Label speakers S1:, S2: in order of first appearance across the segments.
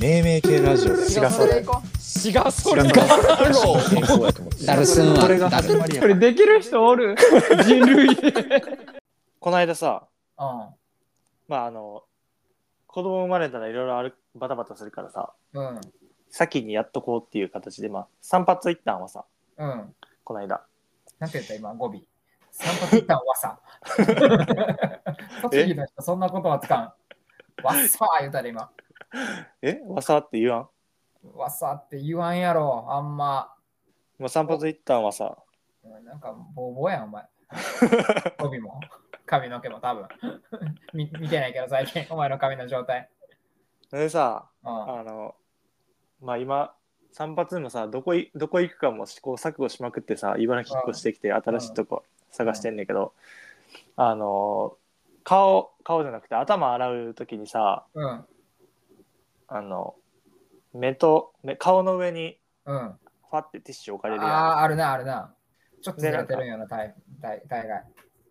S1: 命名系ラジオだよ
S2: 違うそれ行こ
S3: 違うそれ
S1: 違う
S3: か
S1: 健康や と思って
S4: ダルスンは
S2: これが
S4: ダル
S2: う
S3: これできる人おる人類
S5: この間さ、
S2: う
S5: まああの、子供生まれたらいろいろある、バタバタするからさ、
S2: んうん
S5: 先にやっとこうっていう形で、まあ、散髪行ったんはさ、
S2: うん
S5: この間。
S2: なんて言った今語尾散髪行ったんわ さ栃木の人そんなことはつかんわっさー言うたら今
S5: えわさって言わん
S2: わっさーって言わんやろあんま
S5: まあ、散髪行ったんはさ、
S2: うんなんかボーボーやんお前語尾も髪の毛も多分 見見てないけど最近お前の髪の状態
S5: でさ、
S2: うん
S5: あの、まあ今、散髪もさ、どこいどこ行くかも試行錯誤しまくってさ、茨城引っ越してきて、新しいとこ探してんねんけど、あの、顔、顔じゃなくて頭洗うときにさ、
S2: うん
S5: あの、目と、目顔の上に、
S2: うん
S5: ファってティッシュ置かれるやん。
S2: ああー、あるな、あるな。ちょっとずれてるような、大大大概。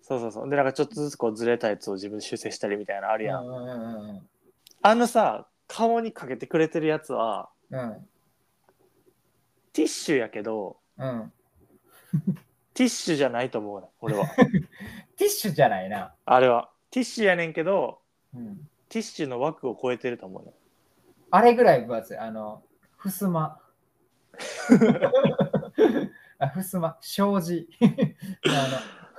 S5: そうそうそう。で、なんかちょっとずつこうずれたやつを自分で修正したりみたいなのあるやん。
S2: うんうんうんうん
S5: あのさ、顔にかけてくれてるやつは、
S2: うん。
S5: ティッシュやけど、
S2: うん。
S5: ティッシュじゃないと思うね、俺 は。
S2: ティッシュじゃないな。
S5: あれは。ティッシュやねんけど、
S2: うん、
S5: ティッシュの枠を超えてると思うね。
S2: あれぐらい分厚い。あの、ふす ま。あふすま、障子。 あ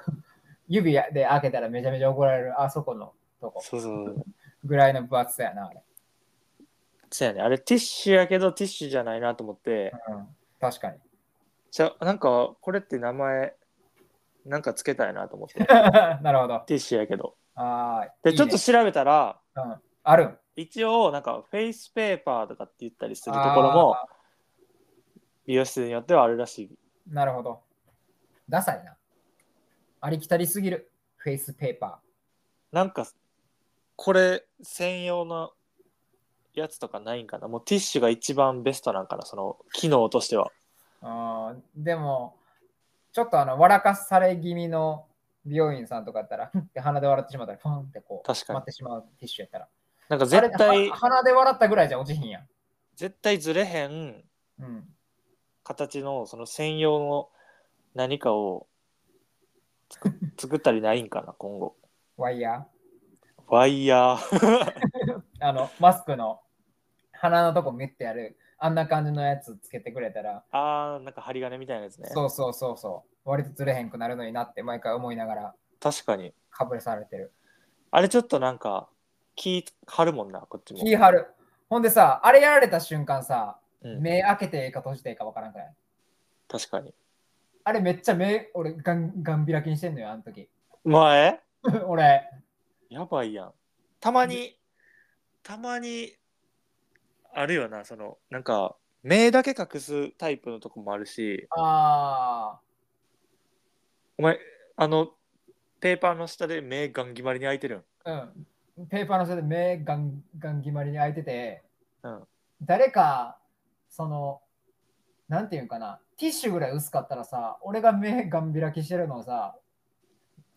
S2: の指で開けたらめちゃめちゃ怒られる、あそこのとこ
S5: そうそうそう。
S2: ぐらいの分厚さやな、あれ。
S5: そうやね。あれティッシュやけど、ティッシュじゃないなと思って、
S2: うん、確かに。
S5: じゃあなんか、これって名前、なんかつけたいなと思 って。
S2: なるほど。
S5: ティッシュやけど。
S2: あー
S5: で、
S2: いいね
S5: ちょっと調べたら、
S2: あるん。
S5: 一応なんかフェイスペーパーとかって言ったりするところも
S2: あ
S5: 美容室によってはあるらしい
S2: ーなるほど。ダサいな。ありきたりすぎる。フェイスペーパー。
S5: なんかこれ専用のやつとかないんかなもうティッシュが一番ベストなんかなその機能としては
S2: あーでも、ちょっとあの、笑かされ気味の美容院さんとかやったら、ふんって鼻で笑ってしまったら、フンってこう、
S5: 確かに
S2: 待ってしまうティッシュやったら。
S5: なんか絶
S2: あれ
S5: 対
S2: は鼻で笑ったぐらいじゃ落ちひんやん。
S5: 絶対ずれへん
S2: うん。
S5: 形のその専用の何かを 作作ったりないんかな今後
S2: ワイヤ
S5: ワイヤー
S2: ー。あの、マスクの鼻のとこ見ってやる、あんな感じのやつつけてくれたら、
S5: あーなんか針金みたいなやつね
S2: そうそうそうそう、割とずれへんくなるのになって毎回思いながら
S5: 確かに
S2: かぶれされてる。
S5: あれちょっとなんか気張るもんなこっちも
S2: 気張る。ほんでさ、あれやられた瞬間さ、
S5: うん
S2: 目開けていいか閉じていいかわからんくらい。
S5: 確かに。
S2: あれめっちゃ目、俺ガン、ガン開きにしてんのよ、あの時。
S5: 前
S2: 俺、
S5: やばいやん。たまに、たまに、あるよな、その、なんか、目だけ隠すタイプのとこもあるし、
S2: あ
S5: お前、あの、ペーパーの下で目がん決まりに開いてるん。
S2: あ、うん。ペーパーの下で目ガンガン決まりに開いてて、
S5: うん
S2: 誰か、その、なんていうんかな、ティッシュぐらい薄かったらさ、俺が目ガン開きしてるのをさ、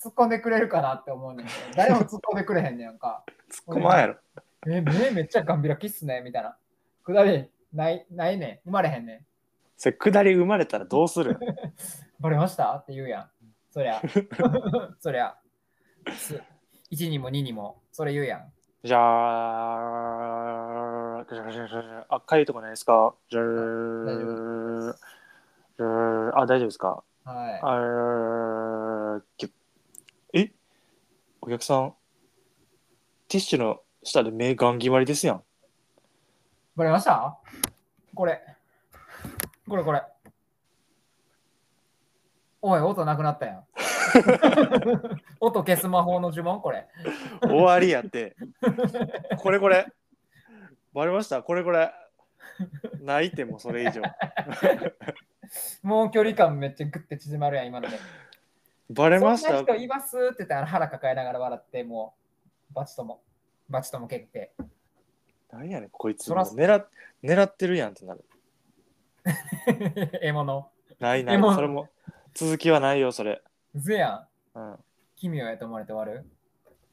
S2: 突っ込んでくれるかなって思うねんけど、誰も突っ込んでくれへんねやんか。
S5: 突っ込まんやろ。
S2: え、目めっちゃガン開きっすね、みたいな。くだり、ない、ないねん。生まれへんねん。
S5: それ、下り生まれたらどうするん
S2: バレましたって言うやん。そりゃ。そりゃ。す1にも2にも、それ言うやん。
S5: じゃー、じゃじゃじゃじゃあ、かゆいとこないですかじゃー、
S2: 大丈
S5: じゃーあ、大丈夫ですか
S2: は
S5: あーきえお客さん、ティッシュの下で目がん決まりですやん。
S2: い。バレましたこれ。これこれ。おい、音なくなったやん。音消す魔法の呪文これ。
S5: 終わりや って。これこれ。バレましたこれこれ。泣いてもそれ以上。
S2: もう距離感めっちゃグッて縮まるやん、今ので。
S5: バレまし
S2: そ
S5: た
S2: んな人いますって言ったら腹抱えながら笑って、もう、バチとも、バチとも蹴って。
S5: 何やねん、こいつ。
S2: そら
S5: もう狙っ狙ってるやんってなる。
S2: 獲物。
S5: ないな
S2: で
S5: い。
S2: も
S5: それも。続きはないよ、それ。
S2: うぜやん。
S5: うん、
S2: 奇妙やと思われて終わる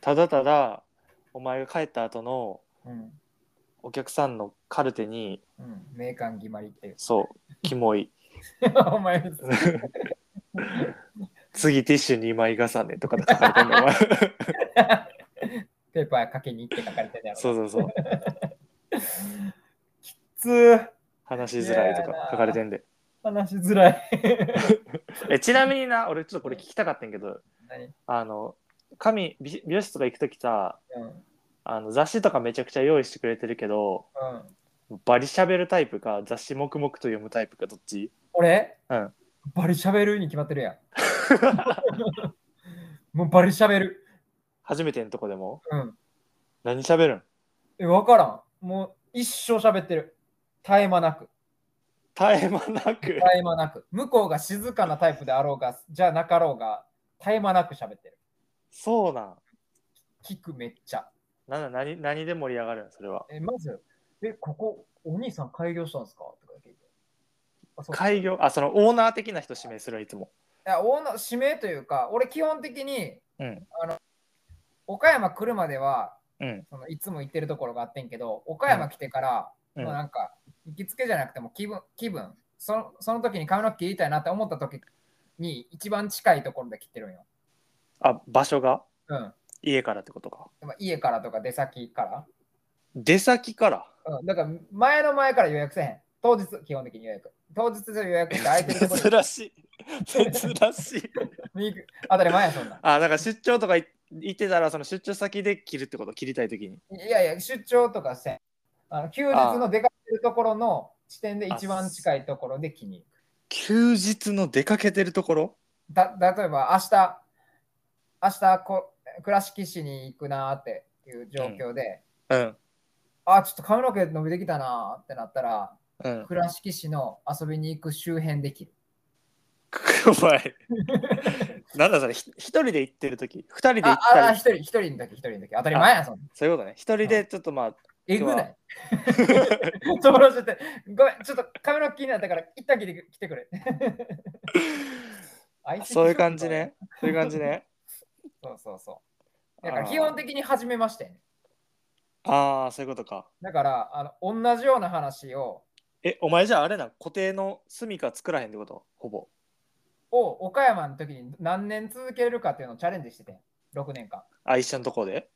S5: ただただ、お前が帰った後の
S2: うん。
S5: お客さんのカルテに。
S2: うん、名鑑決まりっていう
S5: そうキモい
S2: お前、
S5: 次ティッシュ2枚重ねとかで書かれてんのお前
S2: ペーパーかけに行って書かれてるやろ。
S5: そうそうそう
S2: 普通、
S5: 話しづらいとか書かれてんで
S2: 話しづらい。
S5: えちなみにな俺ちょっとこれ聞きたかったんやけど
S2: 何
S5: あの髪美美容室とか行く時さ
S2: うん、うん、
S5: あの雑誌とかめちゃくちゃ用意してくれてるけどバリ喋るタイプか雑誌黙々と読むタイプかどっち
S2: 俺、
S5: うん、
S2: バリ喋るに決まってるやん。 もうバリ喋る。
S5: 初めてのとこでも
S2: うん。
S5: 何喋るん
S2: え、わからん。もう一生喋ってる。絶え間なく。
S5: 絶え間なく
S2: 絶え間なく。向こうが静かなタイプであろうが、じゃなかろうが、絶え間なく喋ってる。
S5: そうなん
S2: 聞くめっちゃ。
S5: なんだ何何で盛り上がるんそれは
S2: え、まず、え、ここ、お兄さん開業したんですかとか聞いて。あそう
S5: 開業あそのオーナー的な人指名するいつも
S2: いや、オーナー、指名というか、俺基本的に、
S5: うん
S2: あの、岡山来るまでは、
S5: うん
S2: そのいつも行ってるところがあってんけど、岡山来てから、
S5: うん
S2: もうなんか、行きつけじゃなくても気分、気分、そのその時に髪の毛切りたいなって思った時に、一番近いところで切ってるんよ。
S5: あ場所が
S2: うん。
S5: 家からってことか
S2: まあ家からとか出先から。
S5: 出先から
S2: うん、だから前の前から予約せへん。当日、基本的に予約。当日で予約して空いてるところに
S5: 珍しい珍しい
S2: 行 く。当たり前や、そんなん。
S5: あだから出張とかい行ってたらその出張先で切るってこと切りたい時に
S2: いやいや、出張とかせん。あの休日の出かけるところの地点で一番近いところで気に行く。
S5: 休日の出かけてるところ
S2: だ例えば明日、明日こ倉敷市に行くなーっていう状況で、
S5: うん
S2: あ、ちょっと髪の毛伸びてきたなーってなったら、
S5: うん
S2: 倉敷市の遊びに行く周辺で切る。
S5: お前なんだそれひ一人で行ってる時二人で行っ
S2: あ、ああ
S5: た
S2: 一
S5: り
S2: 人、一人の時、一人の時。当たり前やん、そんなん。
S5: そういうことね一人でちょっとまあ
S2: えぐな
S5: 今
S2: い 友達って、ごめん、ちょっとカメラ気になったから、一旦来て来てくれ。相席
S5: そういう感じねそういう感じね
S2: 食堂。そうそうそう。だから
S5: あー
S2: 基本的に始めまして、ね。
S5: ああそういうことか
S2: だから、あの同じような話を、
S5: えお前じゃああれな固定の住みか作らへんってことほぼ
S2: を岡山の時に何年続けれるかっていうのをチャレンジしてて、6年間。
S5: あ一緒のとこでっ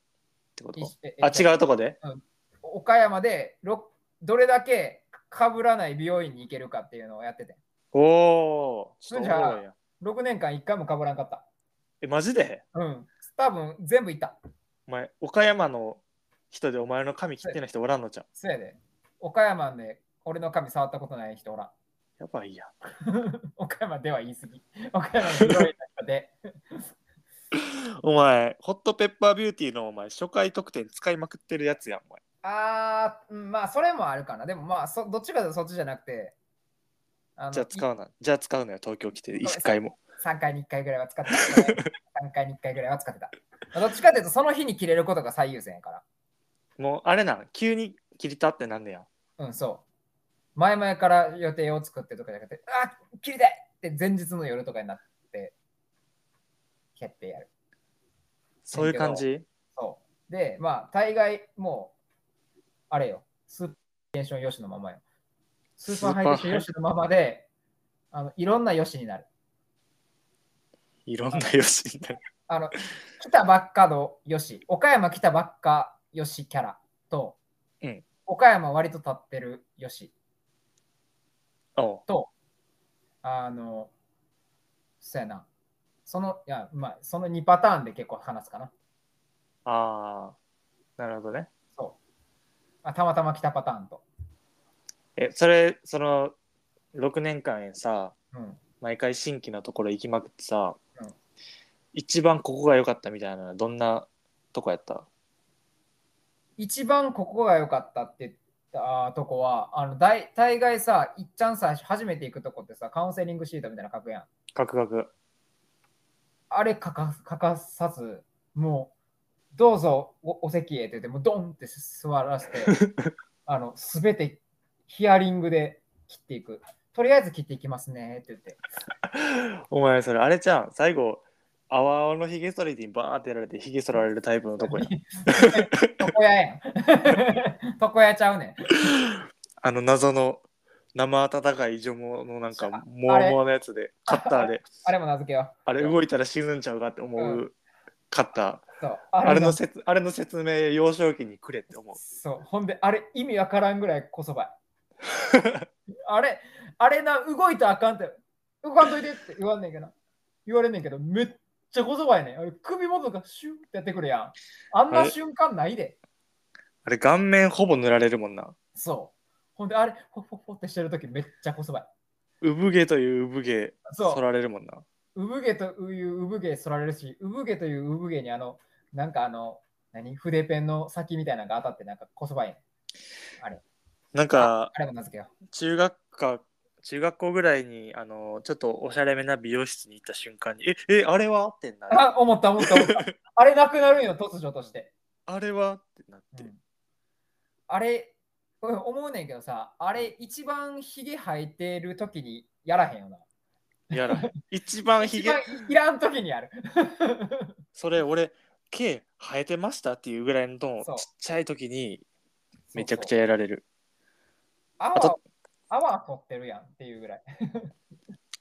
S5: てこと
S2: いえ
S5: あ
S2: え
S5: 違うとこで
S2: 岡山でろどれだけかぶらない美容院に行けるかっていうのをやってて。
S5: おおちょっとおもろいやん
S2: 6年間1回もかぶらんかった。
S5: えマジで
S2: うん。多分全部行った。
S5: お前岡山の人でお前の髪切ってない人おらんのじゃん
S2: そうやで。岡山で俺の髪触ったことない人おらん。
S5: やばいやん
S2: 岡山では言い過ぎ。岡山の広い中で。
S5: お前ホットペッパービューティーのお前初回特典使いまくってるやつやんお前
S2: あー、うんまあ、それもあるかな。でもまあ、そどっちかというとそっちじゃなくて、あの
S5: じゃあ使
S2: いう
S5: なじゃあ使うのよ東京来て
S2: そう
S5: 一回も
S2: 3回に1回ぐらいは使ってた。3回に1回ぐらいは使ってた。まあどっちかというとその日に切れることが最優先やか
S5: もうあれなん急に切りたってなんねやん
S2: ら。うん、そう。前々から予定を作ってとかじゃなくて、あー切りたいって前日の夜とかになって、決定やる。
S5: そういう感じ
S2: そう。で、まあ、大概、もう、あれよ、スーパーテンションよしのままよ。スーパーハイテンションよしのままで、あのいろんなよしになる。
S5: いろんなよしになる
S2: あの、来たばっかのよし、岡山来たばっかよしキャラと、
S5: うん
S2: 岡山割と立ってるよし、
S5: おう
S2: あの、そうやな。その、いや、まあ、その2パターンで結構話すかな。
S5: ああなるほどね
S2: そう。あたまたま来たパターンと。
S5: えそれその6年間さ
S2: うん。
S5: 毎回新規のところ行きまくってさ、
S2: うん
S5: 一番ここが良かったみたいなのはどんなとこやった
S2: 一番ここが良かったって言ったとこは、あの大大概さ、いっちゃん最初初めて行くとこってさ、カウンセリングシートみたいなの書くやん。
S5: カクカク
S2: あれ書か書かさず、もう、どうぞおお席へって言って、もうドンって座らせて、あの、すべてヒアリングで切っていく。とりあえず切っていきますねって言って。
S5: お前それあれじゃん最後泡のひげ剃りにバーってやられてひげ剃られるタイプのとこや
S2: 床屋やん。 床屋ちゃうねん。
S5: あの謎の生温かい除毛のなんかもわもわのやつでカッタ ーで
S2: あれも名付けよ
S5: あれ動いたら死ぬんちゃうかって思
S2: う
S5: うカッター
S2: う。そう。
S5: あれの説あれの説明幼少期にくれって思う
S2: そう。ほんで、あれ意味わからんぐらいこそばい。あれ、あれな、動いたらあかんって。動かんといてって言わんねんけど。言われんねんけど、めっちゃこそばいねん。あれ首元がシュンってやってくるやん。あん
S5: あ
S2: な
S5: れ
S2: 瞬間ないで。
S5: あれ顔面ほぼ塗られるもんな
S2: そう。ほんで、あれ、ほっほっほってしてるときめっちゃこそばい。
S5: 産毛という産毛
S2: そう
S5: 剃られるもんな
S2: 産毛という産毛そられるし、産毛という産毛にあの、なんかあの、何筆ペンの先みたいなのが当たって、なんかこそばいねん。
S5: なんか
S2: あれも名付けよう。
S5: 中学か中学校ぐらいにあのちょっとおしゃれめな美容室に行った瞬間にええあれはってなる
S2: あ、思った思った思った。あれなくなるんよ、突如として。
S5: あれはってなって、
S2: うんあれ、うん思うねんけどさ、あれ一番ひげ生えてるときにやらへんよな。
S5: やらへん一番ひ
S2: 一
S5: げ
S2: 番いらんときにやる。
S5: それ俺毛生えてましたっていうぐらいのトーンち
S2: そ
S5: っ
S2: う
S5: ちゃい時に めちゃくち
S2: ゃ。
S5: ゃやられる
S2: 泡
S5: あと
S2: 泡取ってるやんっていうぐらい。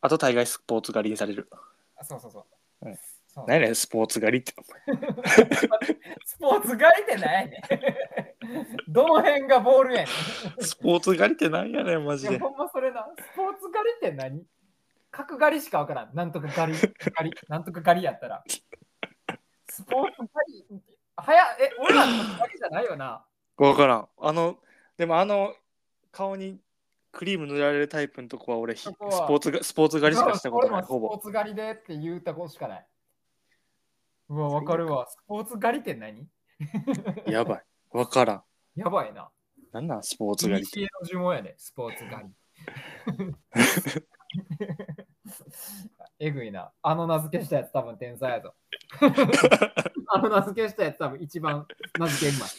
S5: あと大概スポーツ狩りにされる
S2: あそうそうそう。
S5: うん
S2: そう
S5: 何やねんスポーツ狩りって
S2: スポーツ狩りってなんやねん。 どの辺がボールやねん。
S5: スポーツ狩りってなんやねんマ
S2: い
S5: ジ
S2: や
S5: で
S2: ほんまそれな。スポーツ狩りって何角狩りしかわからん。なんとか狩り、狩り、なんとか狩りやった ら。スポーツ狩り、はや、え、俺らの狩りじゃないよな。
S5: 分からんあのでもあの顔にクリーム塗られるタイプのとこは俺ひス
S2: そこ
S5: ポ
S2: は
S5: ーツがスポーツ狩りしかしたことない
S2: 俺も
S5: ほぼ
S2: スポーツ狩りでって言うたことしかない。うわ、わかるわ。スポーツ狩りって何
S5: やばい分からん
S2: やばいな。
S5: なんなんスポーツ
S2: い
S5: 狩
S2: に
S5: りっ
S2: してえの呪文やね、スポーツ狩り。えぐいな。あの名付けしたやつ多分天才や ぞ。あの名付けしたやつ多分一番名付けうまい。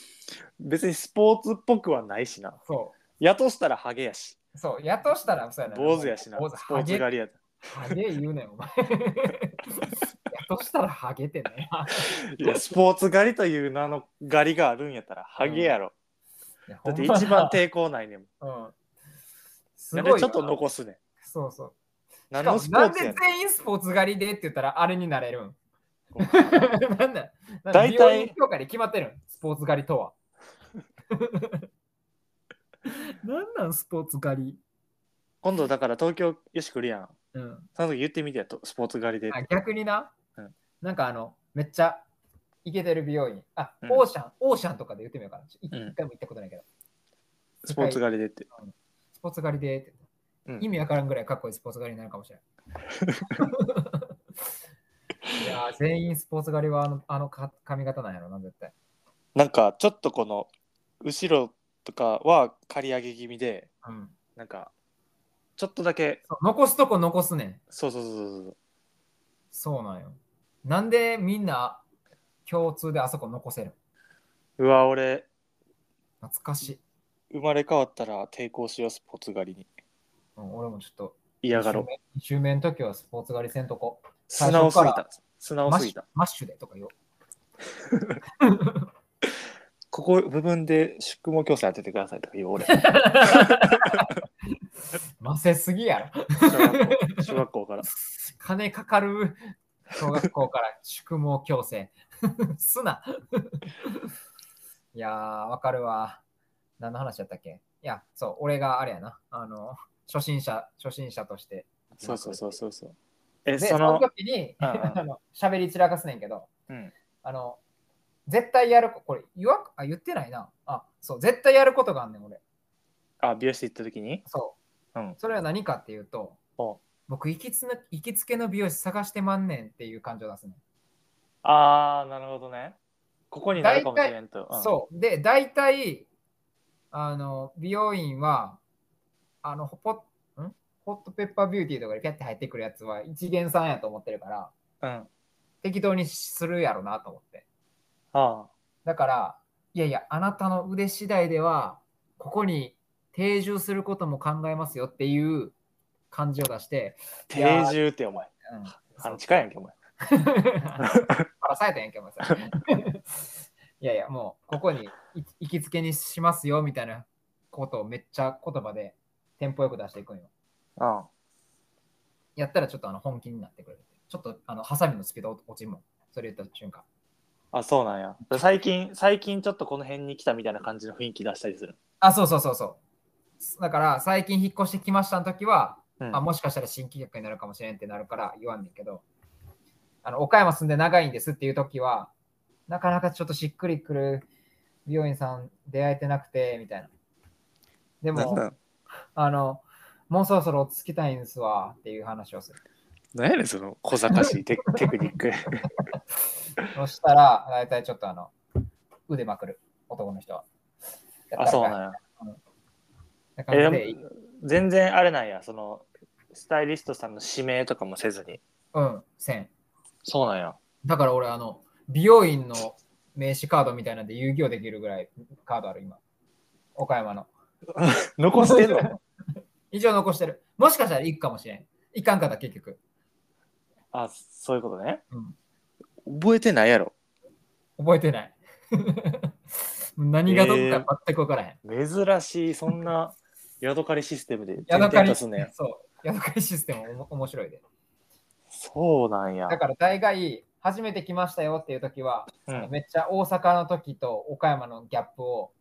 S5: 別にスポーツっぽくはないしな
S2: そ
S5: やとしたらハゲやし
S2: う。そう。やっとしたらそうやな。
S5: 坊主やしな
S2: 坊主
S5: スポーツ狩りや
S2: ハゲハゲ言うねん、 お前。やっとしたらハゲてね。
S5: いやスポーツ狩りという名の狩りがあるんやったらハゲやろ、
S2: いや
S5: だって
S2: ほんま
S5: 一番抵抗ないねんもん
S2: うん。す
S5: な
S2: ごいよ
S5: んで
S2: な。
S5: ちょっと残すねん
S2: そうそう。し
S5: 何
S2: か
S5: の
S2: も
S5: スポ
S2: な
S5: ー
S2: ん
S5: ツや
S2: で
S5: ね
S2: 全員スポーツ狩りでって言ったらあれになれるん
S5: ごめ
S2: なんだ
S5: 大体
S2: 評価で決まってるんスポーツ狩りとは。 なんなんスポーツ狩り、
S5: 今度だから東京よし来るやん
S2: うん、
S5: その時言ってみてやとスポーツ狩りで
S2: あ逆にな、
S5: うん
S2: なんかあの、めっちゃイケてる美容院。あ、
S5: うん
S2: オーシャン、オーシャンとかで言ってみようかな。ちょ一
S5: うん
S2: 回も行ったことないけど。
S5: スポーツ狩りでって
S2: スポーツ狩りでって、
S5: うん
S2: 意味わからんぐらいかっこいいスポーツ狩りになるかもしれ ない。いやー全員スポーツ狩りはあのあのか髪型なんやろな、絶対。
S5: なんかちょっとこの後ろとかは刈り上げ気味で
S2: うん、
S5: なんかちょっとだけ
S2: そう残すとこ残すねん。
S5: そうそうそうそうそ
S2: そ
S5: う
S2: うなんよ。なんでみんな共通であそこ残せる
S5: うわ俺
S2: 懐かしい、
S5: 生まれ変わったら抵抗しようスポーツ狩りに
S2: うん。俺もちょっと
S5: 嫌がろう
S2: 2周目の時はスポーツ狩りせんとこ。
S5: 素直すぎ
S2: 最初か
S5: た素直
S2: マッ
S5: す
S2: シュ
S5: ぎた
S2: マッシュでとか言おう。
S5: ここ部分で宿毛矯正当ててくださいとか言う 俺
S2: ませすぎやろ。
S5: 小学校小学校から
S2: 金かかる 小学校から宿毛矯正。 すな。 いやー、わかるわ。何の話やったっけいや、そう、俺があれやな。あの、初心者、初心者として。
S5: そうそうそうそうそうえ
S2: で、
S5: そ
S2: その
S5: の
S2: 時に、
S5: うんうん
S2: あの喋り散らかすねんけど、
S5: うん
S2: あの、絶対やるこ、これ言わあ、言ってないな。あ、そう、絶対やることがあんねん、俺。
S5: あ美容室行った時に
S2: そう。
S5: うん
S2: それは何かっていうと
S5: お、
S2: 僕行きつな、行きつけの美容師探してまんねんっていう感情出すねん。
S5: ああなるほどねここになるかもしれんと、う
S2: そう。で、大体、あの、美容院は、あの、ホポッ、んホットペッパービューティーとかでピャって入ってくるやつは一元さんやと思ってるから、
S5: ん、うん、あ
S2: 適当にするやろなと思って。
S5: あ
S2: だから、いやいや、あなたの腕次第では、ここに定住することも考えますよっていう感じを出して、いやー
S5: 定住ってお前
S2: うん、
S5: あの近いやんけお前
S2: パラサイトやんけ、お前さ。 いやいや、もう、ここにい行きつけにしますよ、みたいなことをめっちゃ言葉でテンポよく出していくんよ。
S5: あ
S2: やったらちょっとあの本気になってくれる。ちょっとあのハサミのスピード落ちるもん。それ言った瞬間。
S5: あ、そうなんや。最近、最近ちょっとこの辺に来たみたいな感じの雰囲気出したりする。
S2: あ、そうそうそうそう。だから、最近引っ越してきましたの時は、
S5: うん、
S2: あもしかしたら新規客になるかもしれんってなるから言わんねんけど、あの岡山住んで長いんですっていう時は、なかなかちょっとしっくりくる美容院さん出会えてなくて、みたいな。で
S4: なん
S2: も、
S4: だ
S2: あの、もうそろそろ落ち着きたいんですわっていう話をする。
S4: なんやねんその
S5: 小賢しいテテクニック。
S2: そしたら、大体ちょっとあの、腕まくる、男の人は。
S5: あ、そうなん
S2: ん
S5: や。
S2: だか
S5: え
S2: ら、
S5: でも全然あれなんや。その、スタイリストさんの指名とかもせずに。
S2: うん、1000。
S5: そうなんや。
S2: だから俺、あの、美容院の名刺カードみたいなんで遊戯王できるぐらいカードある、今。岡山の。
S5: 残してんの
S2: 一応残してる。もしかしたら行くかもしれん。行かんかった、結局。
S5: あ、そういうことね。
S4: 覚えてないやろ
S2: 覚えてない。 何がどこか全く分からへん。
S5: 珍しい、そん な、ヤドカリシステムで
S2: ヤド
S5: 点
S2: カ
S5: 々
S2: リ
S5: とすんねや。
S2: そう。ヤドカリシステムおも面白いで。
S5: そうなんや。
S2: だから大概、初めて来ましたよっていう時は、
S5: うん、
S2: めっちゃ大阪の時と岡山のギャップを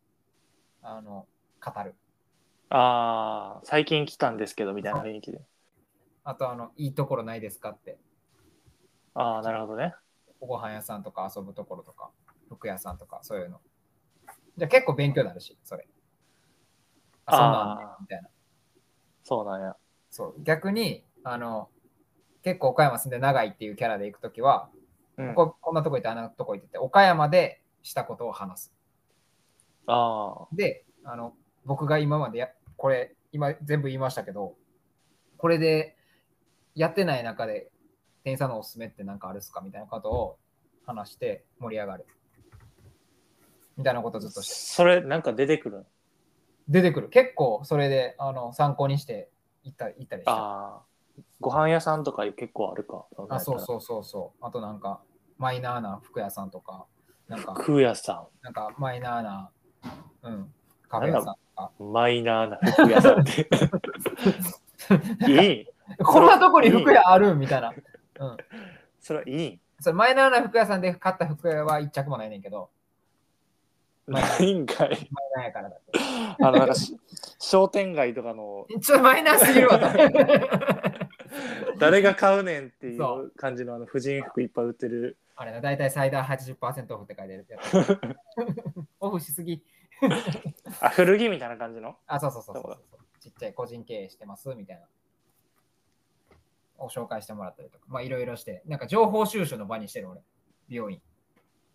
S2: あの語る。
S5: ああ、最近来たんですけど、みたいな雰囲気で。
S2: あとあの、いいところないですかって。
S5: ああ、なるほどね。
S2: ご飯屋さんとか遊ぶところとか、服屋さんとか、そういうの。じゃあ結構勉強になるし、それ。あ、そうなんだ
S5: あー
S2: みたいな。
S5: そうなんや。
S2: そう。逆に、あの、結構岡山住んで長いっていうキャラで行くときは、
S5: うん、あ
S2: ここんなとこ行って、あんなとこ行ってって、岡山でしたことを話す。
S5: あ
S2: で、あの、僕が今までや、これ、今、全部言いましたけど、これで、やってない中で、店員さんのおすすめって何かあるっすかみたいなことを話して盛り上がる。みたいなことをずっとして。
S5: それ、なんか出てくるん
S2: 出てくる。結構、それで、あの、参考にして、行った行ったりした。
S5: ああ、ご飯屋さんとか結構あるか。
S2: あ、そうそうそうそう。あとなんか、マイナーな服屋さんとか、なんか、
S5: 服屋さ
S2: なんかマイナーな、うん、カフェ屋さんとか。
S5: ん、マイナーな服屋さんって。 いい
S2: こんなとこに服屋あるみたいな。うん。
S5: それいい
S2: それマイナーな服屋さんで買った服屋は一着もないねんけど、
S5: ないんかい。
S2: マイナーやからだって。
S5: あの、なんかし、商店街とかの、
S2: ちょっとマイナーすぎる わ。多分
S5: 誰が買うねんってい
S2: そう
S5: 感じの、あの、婦人服いっぱい売ってる。
S2: あれだ、大体最大80%オフって書いてあるや つ。オフしすぎ。
S5: あ、古着みたいな感じの
S2: あ、そうそうそうそう
S5: そう
S2: そう。ちっちゃい個人経営してますみたいな。を紹介してもらったりとか、まあいろいろして、なんか情報収集の場にしてる俺、病院。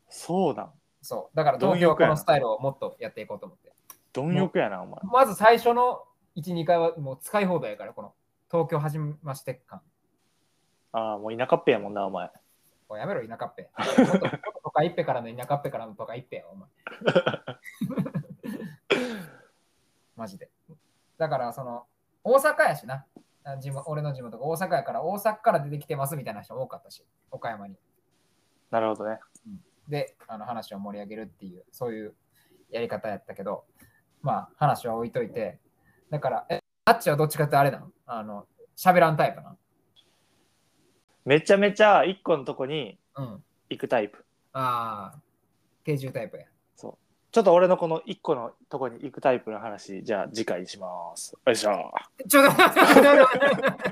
S5: そうだ。
S2: そう。だから東京はこ
S5: 貪欲や
S2: の
S5: な
S2: スタイルをもっとやっていこうと思って。
S5: 貪欲やな、お前。
S2: まず最初の1、2回はもう使い放題やから、この東京始めまして感。
S5: ああ、もう田舎っぺやもんな、お前。
S2: おいやめろ、田舎っぺ。もっともっと都会っぺからの田舎っぺからの都会っぺや、お前。 マジで。だから、その、大阪やしな。あ地元俺の地元が大阪やから、大阪から出てきてますみたいな人多かったし、岡山に。
S5: なるほどね。
S2: で、あの話を盛り上げるっていう、そういうやり方やったけど、まあ、話は置いといて。だから、え、あっちはどっちかってあれなのあの、喋らんタイプな
S5: めちゃめちゃ一個のとこに
S2: のうん。
S5: 行くタイプ。
S2: ああ、定住タイプや。
S5: ちょっと俺のこの一個のとこに行くタイプの話、じゃあ次回にします。よいしょ。
S2: ちょっと待って待って待って待って